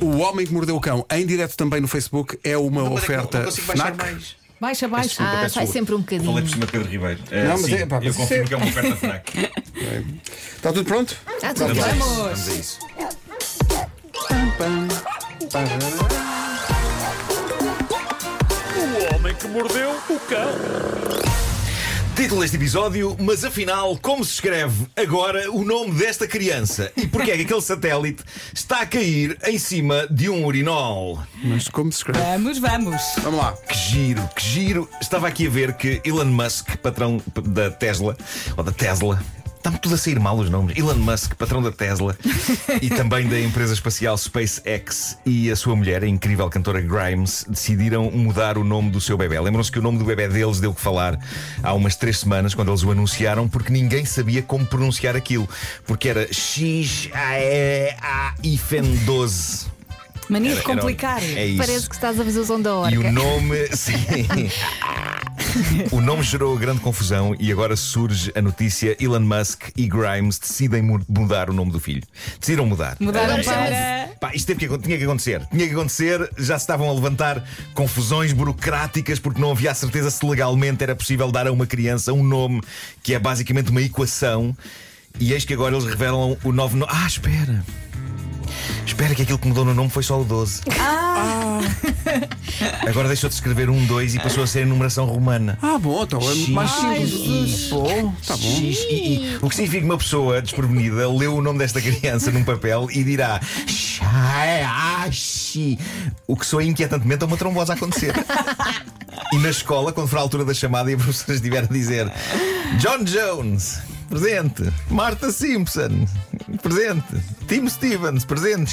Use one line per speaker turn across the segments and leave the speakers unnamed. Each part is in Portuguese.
O Homem que Mordeu o Cão, em direto também no Facebook, é uma
Não, mas é que
oferta
não, não consigo baixar
FNAC.
mais.
Baixa, baixa.
Desculpa,
Ah,
peço
sai
desculpa.
sempre um bocadinho.
Falei por cima de Pedro Ribeiro. Eh,
Não, mas
sim,
é, pá,
eu
mas isso
confirmo
é-
que é uma oferta FNAC.
Está tudo pronto?
Ah, tudo
Vamos a
bem.
isso, Vamos a isso.
O homem que mordeu o cão.
Título deste episódio, mas afinal, como se escreve agora o nome desta criança? E porquê é que aquele satélite está a cair em cima de um urinol?
Mas como se escreve?
Vamos, vamos.
Vamos lá.
Que giro, que giro. Estava aqui a ver que Elon Musk, patrão p- da Tesla, ou da Tesla, está-me tudo a sair mal os nomes. Elon Musk, patrão da Tesla e também da empresa espacial SpaceX e a sua mulher, a incrível cantora Grimes, decidiram mudar o nome do seu bebê. Lembram-se que o nome do bebê deles deu que falar há umas três semanas, quando eles o anunciaram, porque ninguém sabia como pronunciar aquilo. Porque era X-A-E-A-I-F-N-12.
Mania
Era-
de
era-
complicar.
É isso.
Parece que estás a fazer o som da
E o
orca.
nome. Sim. O nome gerou grande confusão e agora surge a notícia: Elon Musk e Grimes decidem mu- mudar o nome do filho. Decidiram mudar.
Mudaram
Eh,
para-
Pá, isto teve que acon- tinha que acontecer. Tinha que acontecer, já se estavam a levantar confusões burocráticas porque não havia a certeza se legalmente era possível dar a uma criança um nome que é basicamente uma equação. E eis que agora eles revelam o novo nome. Ah, espera! Espera que aquilo que mudou no nome foi só o 12.
Ah.
Agora deixou de escrever um 2 e passou a ser em numeração romana.
Ah, bom, então é mais
Ai,
simples.
Jesus.
Tá Bom,
Tá
está bom.
X, I, I. O que significa que uma pessoa desprevenida leu o nome desta criança num papel e dirá Xaiaxi, o que soa inquietantemente a uma trombose a acontecer. E na escola, quando for a altura da chamada e a professora estiver a dizer John Jones, presente, Martha Simpson, presente, Tim Stevens, presente,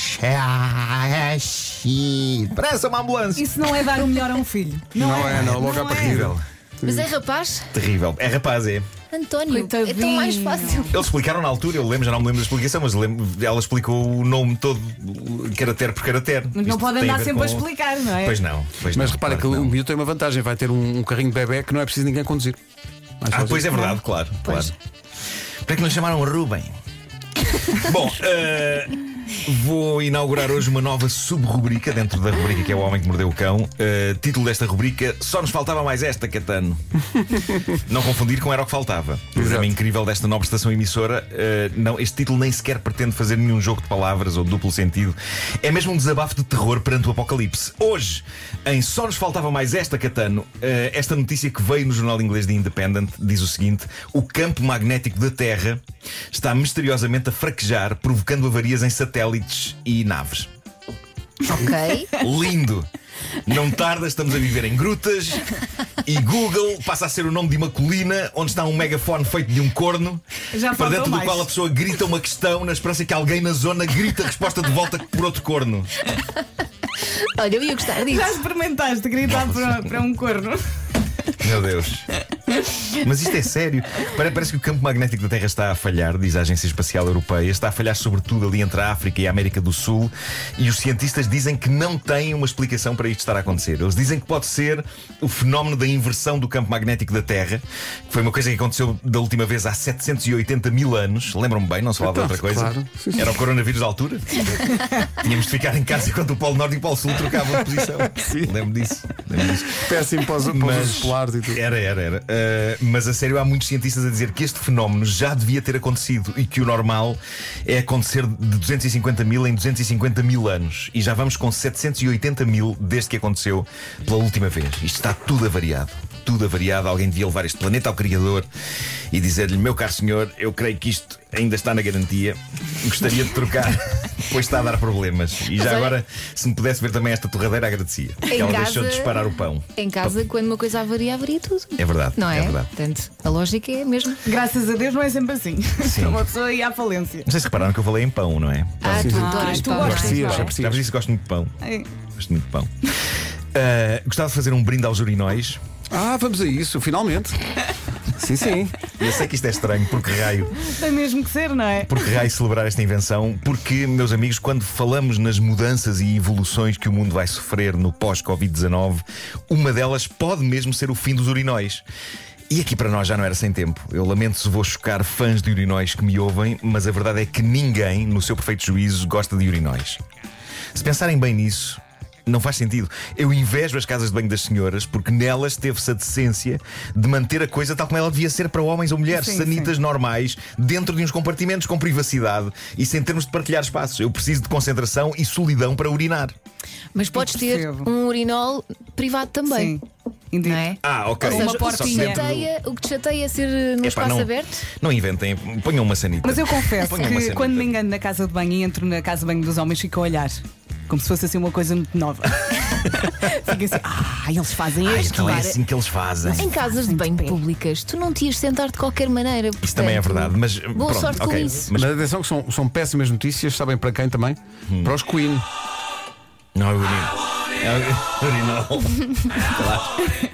Xaiaxi, parece uma ambulância.
Isso não é dar o melhor a um filho.
Não, é, não, logo à partida.
Terrível,
Mas é rapaz?
terrível. É rapaz, é.
António, é tão
Coitadinho.
mais fácil.
Eles explicaram na altura, eu lembro, já não me lembro da explicação, mas lembro, ela explicou o nome todo, caractere por caractere.
Mas não
Isto
pode
tem
andar
ver
sempre a explicar, não é?
Pois não. Pois
Mas
não,
repara que
claro
o
não.
miúdo tem uma vantagem: vai ter um, um carrinho de bebê que não é preciso ninguém conduzir. Mais
Ah,
fácil.
pois é verdade, claro. claro. Para que não lhe chamaram a Rubem? Bom, eh, vou inaugurar hoje uma nova subrubrica dentro da rubrica que é O Homem que Mordeu o Cão. Eh, título desta rubrica: Só nos faltava mais esta, Catano. Não confundir com Era o que Faltava. O programa incrível desta nova estação emissora. eh, não, este título nem sequer pretende fazer nenhum jogo de palavras ou duplo sentido. É mesmo um desabafo de terror perante o apocalipse. Hoje, em Só Nos Faltava Mais Esta, Catano, eh, esta notícia que veio no jornal inglês The Independent diz o seguinte: O campo magnético da Terra está misteriosamente a fraquejar, provocando avarias em satélites e naves.
Ok.
Lindo! Não tarda, estamos a viver em grutas e Google passa a ser o nome de uma colina onde está um megafone feito de um corno
Já
para
faltou
dentro do
mais.
qual a pessoa grita uma questão na esperança que alguém na zona grita a resposta de volta por outro corno.
Olha, eu ia gostar disso.
Já experimentaste gritar para, para um corno?
Meu Deus. Mas isto é sério. Pare- Parece que o campo magnético da Terra está a falhar, diz a Agência Espacial Europeia. Está a falhar sobretudo ali entre a África e a América do Sul. E os cientistas dizem que não têm uma explicação para isto estar a acontecer. Eles dizem que pode ser o fenómeno da inversão do campo magnético da Terra, que foi uma coisa que aconteceu da última vez há 780 mil anos. Lembram-me bem, não se falava de
Então,
outra coisa.
claro. Sim, sim.
Era o coronavírus da altura. Tínhamos de ficar em casa enquanto o Polo Norte e o Polo Sul trocavam de posição. Lembro disso. Lembro disso.
Péssimo para os, para os
Mas-
ursos polares e tudo.
Era, era, era. Uh, mas a sério, há muitos cientistas a dizer que este fenómeno já devia ter acontecido e que o normal é acontecer de 250 mil em 250 mil anos. E já vamos com 780 mil desde que aconteceu pela última vez. Isto está tudo avariado. Tudo avariado. Alguém devia levar este planeta ao Criador e dizer-lhe: Meu caro senhor, eu creio que isto ainda está na garantia. Gostaria de trocar, pois está a dar problemas. E já
olha-
agora, se me pudesse ver também esta torradeira, agradecia.
é- Em
Ela
casa-
deixou de disparar o pão.
Em casa, quando uma coisa avaria, avaria tudo.
É verdade.
Não é?
é verdade.
Portanto, a lógica é mesmo.
Graças a Deus não é sempre assim.
Sim.
Uma pessoa ia à falência.
Não sei se repararam que eu falei em pão, não é?
Ah, tu
sim.
adoras
Ah, tu
pão,
gostas,
não é?
Sim,
Não.
já
Já
percebi.
vos disse que gosto muito de pão.
Ai,
Gosto muito de pão. Ah, gostava de fazer um brinde aos urinóis.
Ah, vamos a isso, finalmente. Sim, sim.
Eu sei que isto é estranho, porque raio.
Tem mesmo que ser, não é?
Porque raio celebrar esta invenção? Porque, meus amigos, quando falamos nas mudanças e evoluções que o mundo vai sofrer no pós-Covid-19, uma delas pode mesmo ser o fim dos urinóis. E aqui para nós já não era sem tempo. Eu lamento se vou chocar fãs de urinóis que me ouvem, mas a verdade é que ninguém, no seu perfeito juízo, gosta de urinóis. Se pensarem bem nisso, não faz sentido. Eu invejo as casas de banho das senhoras porque nelas teve-se a decência de manter a coisa tal como ela devia ser para homens ou mulheres,
Sim,
sanitas normais, dentro de uns compartimentos com privacidade e sem termos de partilhar espaços. Eu preciso de concentração e solidão para urinar.
Mas podes ter
percebo.
um urinol privado também.
Sim. Entendi.
Não é?
Ah, ok.
Ou seja, o
Uma
que, te
portinha.
chateia, o que te chateia é ser no
Epá,
espaço
não,
aberto?
Não inventem, ponham uma sanita.
Mas eu confesso
Ponham uma então.
que
sanita.
quando me engano na casa de banho e entro na casa de banho dos homens, fico a olhar. Como se fosse assim uma coisa muito nova. Fico assim, ah, eles fazem
Ah,
isto.
então é
Claro.
assim que eles fazem.
Em casas de banho
pé.
públicas, tu não te ias sentar de qualquer maneira.
Isso também é
portanto,
verdade, mas
Boa
pronto,
sorte
ok.
com isso.
Mas atenção que são, são péssimas notícias, sabem para quem também? Para os Queen.
Não é urinal. É urinal.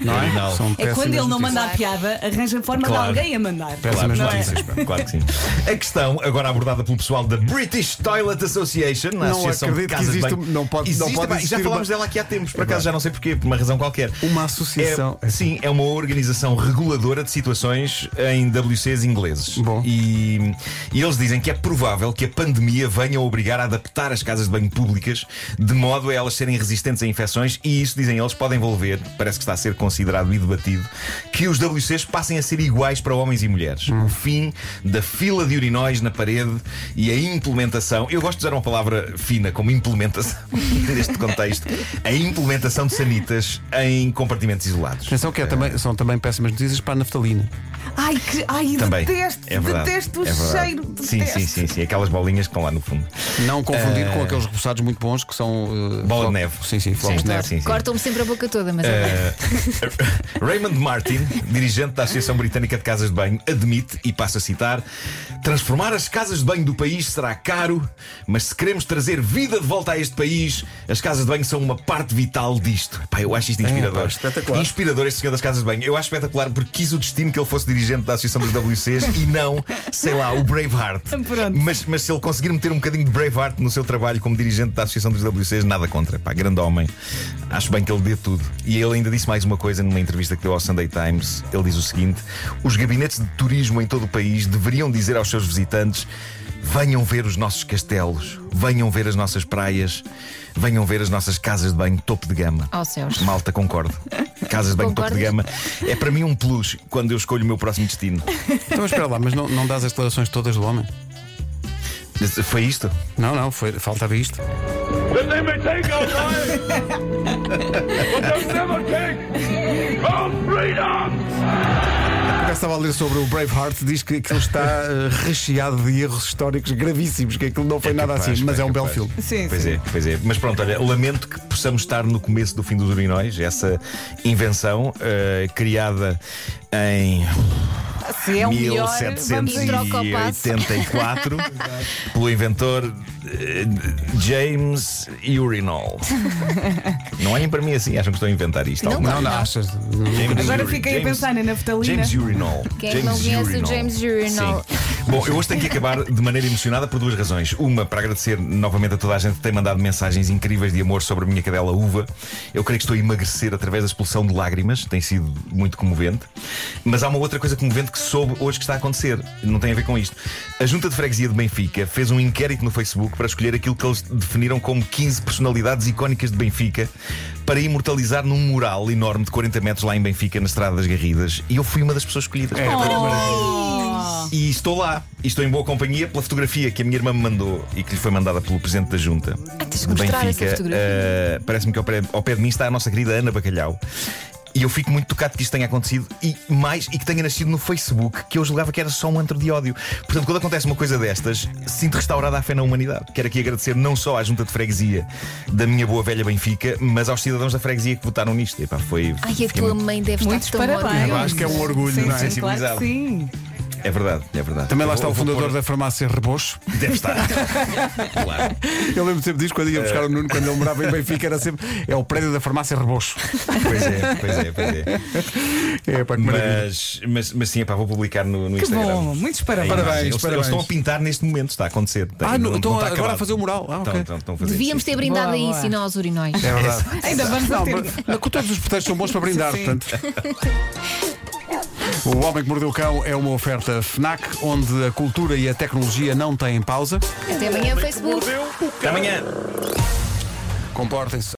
Não é?
Urinal.
São
É quando ele não
notícias.
manda a piada, arranja forma
Claro.
de alguém a mandar.
Péssimas
Não é?
notícias.
Pá, Claro que sim. A questão, agora abordada pelo pessoal da British Toilet Association, na
Não
Associação
acredito
de Casas
que
de
existe-
Banho.
não pode- não
Existe,
pode
pá, e
existir
Já falámos
uma-
dela aqui há tempos, por
pá.
acaso já não sei porquê, por uma razão qualquer.
Uma associação.
É- sim, é uma organização reguladora de situações em WCs ingleses.
Bom.
E, e eles dizem que é provável que a pandemia venha a obrigar a adaptar as casas de banho públicas de modo a elas serem resistentes a infecções, e isso, dizem eles, pode envolver, parece que está a ser considerado e debatido, que os WCs passem a ser iguais para homens e mulheres. O fim da fila de urinóis na parede e a implementação. Eu gosto de usar uma palavra fina como implementação neste contexto. A implementação de sanitas em compartimentos isolados.
Atenção que é também- são também péssimas notícias para a naftalina.
Ai, que, ai
Também.
detesto,
é verdade,
detesto o
é verdade.
cheiro.
Sim,
detesto.
sim, sim, sim. Aquelas bolinhas que estão lá no fundo.
Não confundir com aqueles repousados muito bons que são. eh,
Bola de
flocos-
neve.
Sim, sim, flocos de
Sim.
neve.
Claro, Cortam-me sempre a boca toda, mas é agora.
Uh, Raymond Martin, dirigente da Associação Britânica de Casas de Banho, admite, e passo a citar: transformar as casas de banho do país será caro, mas se queremos trazer vida de volta a este país, as casas de banho são uma parte vital disto. Pá, eu acho isto inspirador.
pá, espetacular.
Inspirador este senhor das casas de banho. Eu acho espetacular porque quis o destino que ele fosse dirigente da Associação dos WCs e não, sei lá, o Braveheart.
Pronto.
Mas, mas se ele conseguir meter um bocadinho de Braveheart no seu trabalho como dirigente da Associação dos WCs, nada contra. Pá, grande homem. Acho bem que ele dê tudo. E ele ainda disse mais uma coisa numa entrevista que deu ao Sunday Times. Ele diz o seguinte: os gabinetes de turismo em todo o país deveriam dizer aos seus visitantes: venham ver os nossos castelos, venham ver as nossas praias, venham ver as nossas casas de banho topo de gama.
Aos céus.
Malta, concordo. Casas de banho topo de
Concordas?
gama é para mim um plus quando eu escolho o meu próximo destino.
Então mas espera lá, mas não, não dás as declarações todas do homem?
Foi isto?
Não, não, foi, faltava isto.
That they may take our lives, but they'll never take our freedom.
Já estava a ler sobre o Braveheart, diz que aquilo está eh, recheado de erros históricos gravíssimos, que aquilo não foi
É
nada
capaz,
assim, mas é, um belo
capaz.
filme.
Sim,
Pois
sim.
é, pois é. Mas pronto, olha, lamento que possamos estar no começo do fim dos urinóis, essa invenção eh, criada em
Se é o melhor, vamos aí.
e- troca o passo.
1784 pelo inventor eh, James Urinol. Não olhem para mim assim, acham que estou a inventar isto.
Não,
Alguma-
Não, não achas?
James
Agora
Uri-
fiquei a pensar na naftalina.
James Urinol.
Quem é que
James
não conhece o James Urinol?
Sim. Bom, eu hoje tenho que acabar de maneira emocionada por duas razões. Uma, para agradecer novamente a toda a gente que tem mandado mensagens incríveis de amor sobre a minha cadela uva. Eu creio que estou a emagrecer através da expulsão de lágrimas, tem sido muito comovente. Mas há uma outra coisa comovente que soube hoje que está a acontecer. Não tem a ver com isto. A Junta de Freguesia de Benfica fez um inquérito no Facebook para escolher aquilo que eles definiram como 15 personalidades icónicas de Benfica para imortalizar num mural enorme de 40 metros lá em Benfica, na Estrada das Garridas. E eu fui uma das pessoas escolhidas.
Oh.
E estou lá, e estou em boa companhia pela fotografia que a minha irmã me mandou e que lhe foi mandada pelo presidente da junta.
Ah, tens que
de
mostrar essa
Benfica.
fotografia.
Eh, Parece-me que ao pé, ao pé de mim está a nossa querida Ana Bacalhau. E eu fico muito tocado que isto tenha acontecido e mais, e que tenha nascido no Facebook, que eu julgava que era só um antro de ódio. Portanto, quando acontece uma coisa destas, sinto restaurada a fé na humanidade. Quero aqui agradecer não só à junta de freguesia da minha boa velha Benfica, mas aos cidadãos da freguesia que votaram nisto. Epá, foi.
Ai, a
fiquei
tua
muito-
mãe deve
Muitos
estar tão
parabéns.
Eu
orgulhosa.
acho que é um orgulho,
sim,
não é?
Sim, claro que sim.
É verdade, é verdade.
Também lá
Eu
está o
vou- vou
fundador
pôr-
da farmácia Rebocho.
Deve estar. claro.
Eu lembro sempre disso quando ia buscar o Nuno, quando ele morava em Benfica, era sempre. É o prédio da farmácia Rebocho.
Pois é, pois é, pois é.
É, pá, que maravilha.
Mas, mas, mas sim, epá, vou publicar no, no
é
Que
Instagram.
bom, muitos
Aí,
parabéns.
Parabéns,
eles- eles,
parabéns.
estão a pintar neste momento, está a acontecer. Tem-
Ah, não- estão agora
está acabado. Então,
a fazer o mural? Ah,
Estão-
ok.
estão- estão a fazer,
Devíamos
sim.
ter brindado
Boa,
aí
boa.
sim aos urinóis.
É verdade.
Ainda vamos a
Não,
ter.
mas- mas todos os pretextos são bons para brindar,
Sim, sim.
portanto. O Homem que Mordeu o Cão é uma oferta FNAC, onde a cultura e a tecnologia não têm pausa.
Até amanhã, Facebook.
Mordeu o cão.
Até amanhã.
Comportem-se.